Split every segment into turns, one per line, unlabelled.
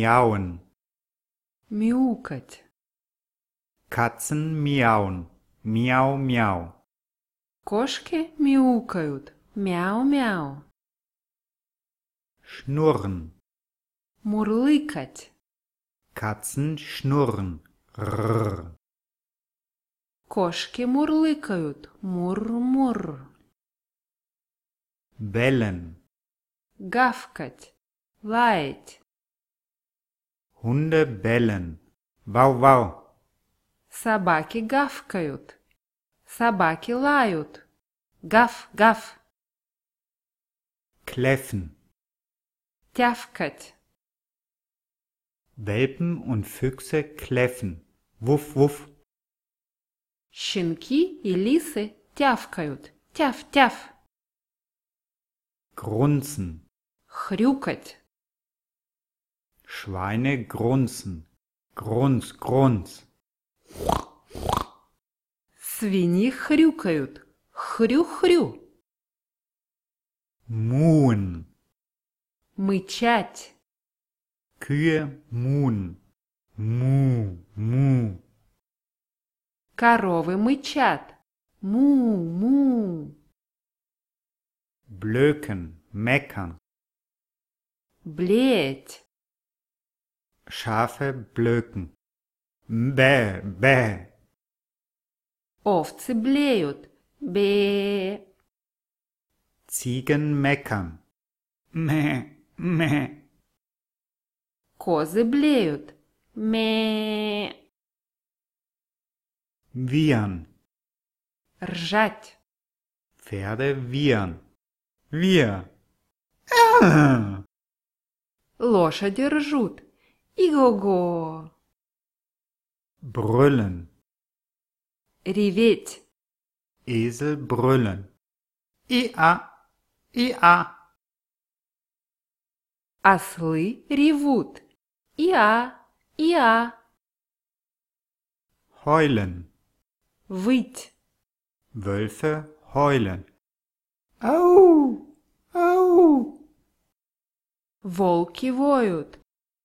miauen.
мяукать,
Katzen miauen. Miau, miau.
кошки мяукают, мяу-мяу,
Schnurren.
мурлыкать,
Katzen schnurren. Rrr.
кошки мурлыкают, мур-мур,
Bellen.
гавкать, лаять,
Hunde bellen. Wow, wow.
собаки гавкают, собаки лают, гав-гав,
Kläffen.
тявкать,
Welpen und Füchse kläffen. Wuff, wuff.
щенки и лисы тявкают, тяв-тяв,
Grunzen.
хрюкать.
Schweine grunzen. Grunz, grunz.
Свиньи хрюкают. Хрю-хрю.
Muhen.
Мычать.
Kühe muhen. Mu, mu.
Коровы мычат. Му-му.
Blöken, meckern.
Блеять.
Schafe blöken. Bäh, bäh.
Овцы блеют. бе
Ziegen meckern. Meh, meh.
Козы блеют. ме
Wiehern.
Ржать.
Pferde wiehern. Wir. Äh.
Лошади ржут. Иго-го.
Brüllen.
Реветь.
Esel brüllen. Ia, ia.
Ослы ревут. Иа. Иа.
Heulen.
Выть.
Wölfe heulen. Au, au.
Волки воют.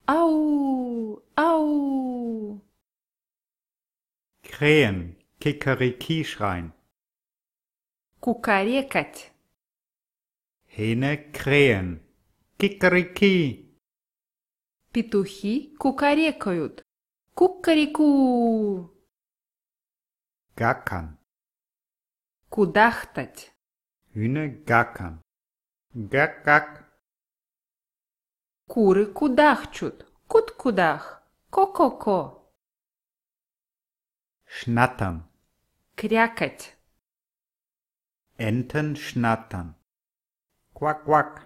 Ау, ау.
Krähen. Kikeriki schreien.
Кукарекать.
Hähne krähen. Kikeriki.
Петухи кукарекают. Кукареку.
Gackern.
Кудахтать.
Hühner gackern. Gack, gack.
Куры кудахчут. Кут-кудах. Ко-ко-ко.
Schnattern.
Крякать.
Enten schnattern. Quack, quack.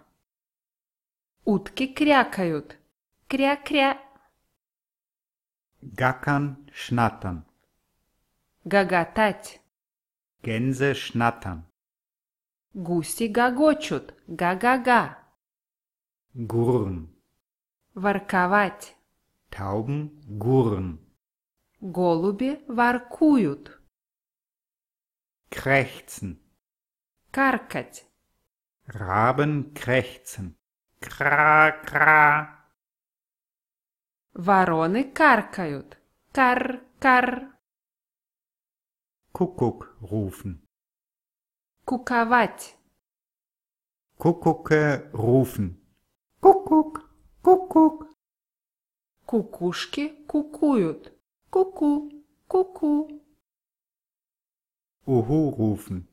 Утки крякают. Кря-кря.
Gackern, schnattern.
Гагатать.
Gänse schnattern.
Гуси гогочут. Га-га-га.
Gurren.
Ворковать.
Tauben gurren.
Голуби воркуют.
Krächzen.
Каркать.
Raben krächzen. Kra, kra.
Вороны каркают. Кар-кар.
Kuckuck rufen.
Куковать.
Kuckucke rufen. Kuckuck, kuckuck.
Кукушки кукуют. Куку, куку.
Uhu rufen.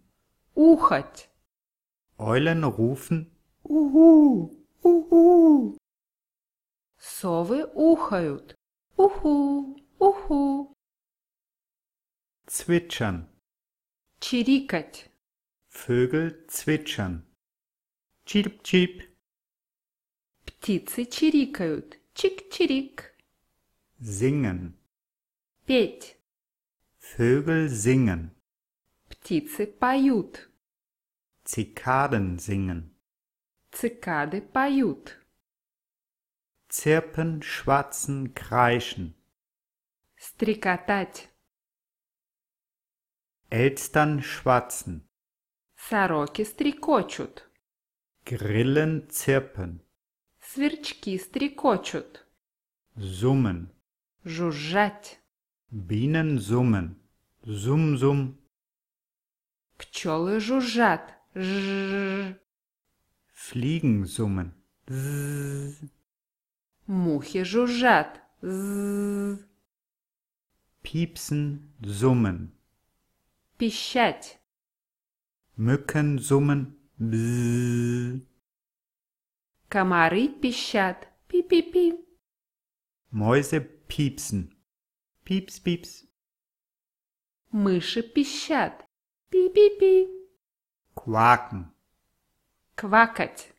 Ухать.
Eulen rufen. Uhu, uhu.
Совы ухают. Уху, уху.
Zwitschern.
Чирикать.
Vögel zwitschern. Chip, chip.
Птицы чирикают. Чик-чирик.
Singen.
Петь.
Vögel singen.
Птицы поют.
Zikaden singen.
Цикады поют.
Zirpen, schwatzen, kreischen.
Стрекотать.
Elstern schwatzen.
Сороки стрекочут.
Grillen zirpen.
Сверчки стрекочут.
summen,
жужжать,
Bienen summen, sum sum,
пчелы жужжат, жжж,
Fliegen summen,
мухи жужжат, ззз,
piepsen, summen,
пищать,
Mücken summen, bzzz.
комары пищат, пи-пи-пи,
Mäuse piepsen, pieps pieps,
мыши пищат, пи-пи-пи,
quaken,
квакать,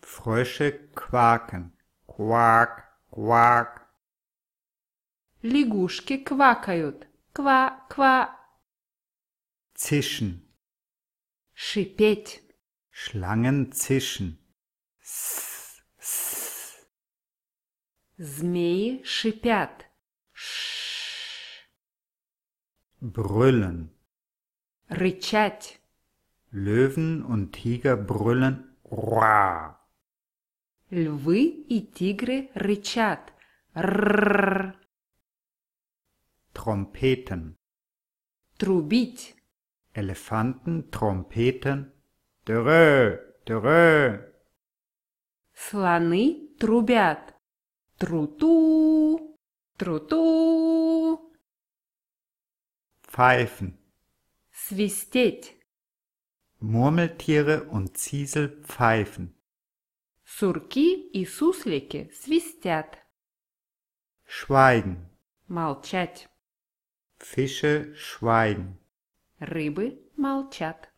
Frösche quaken, quak, quak,
лягушки квакают, ква-ква,
zischen,
шипеть,
Schlangen zischen,
змеи шипят,
brüllen,
рычать,
Löwen und Tiger brüllen, Ruah.
львы и тигры рычат, рррр,
Trompeten,
трубить,
Elefanten, Trompeten, Dörö, Dörö,
слоны трубят, труту, труту,
Pfeifen,
свистеть,
Murmeltiere und Ziesel pfeifen,
сурки и суслики свистят,
Schweigen,
молчать,
Fische schweigen.
рыбы молчат.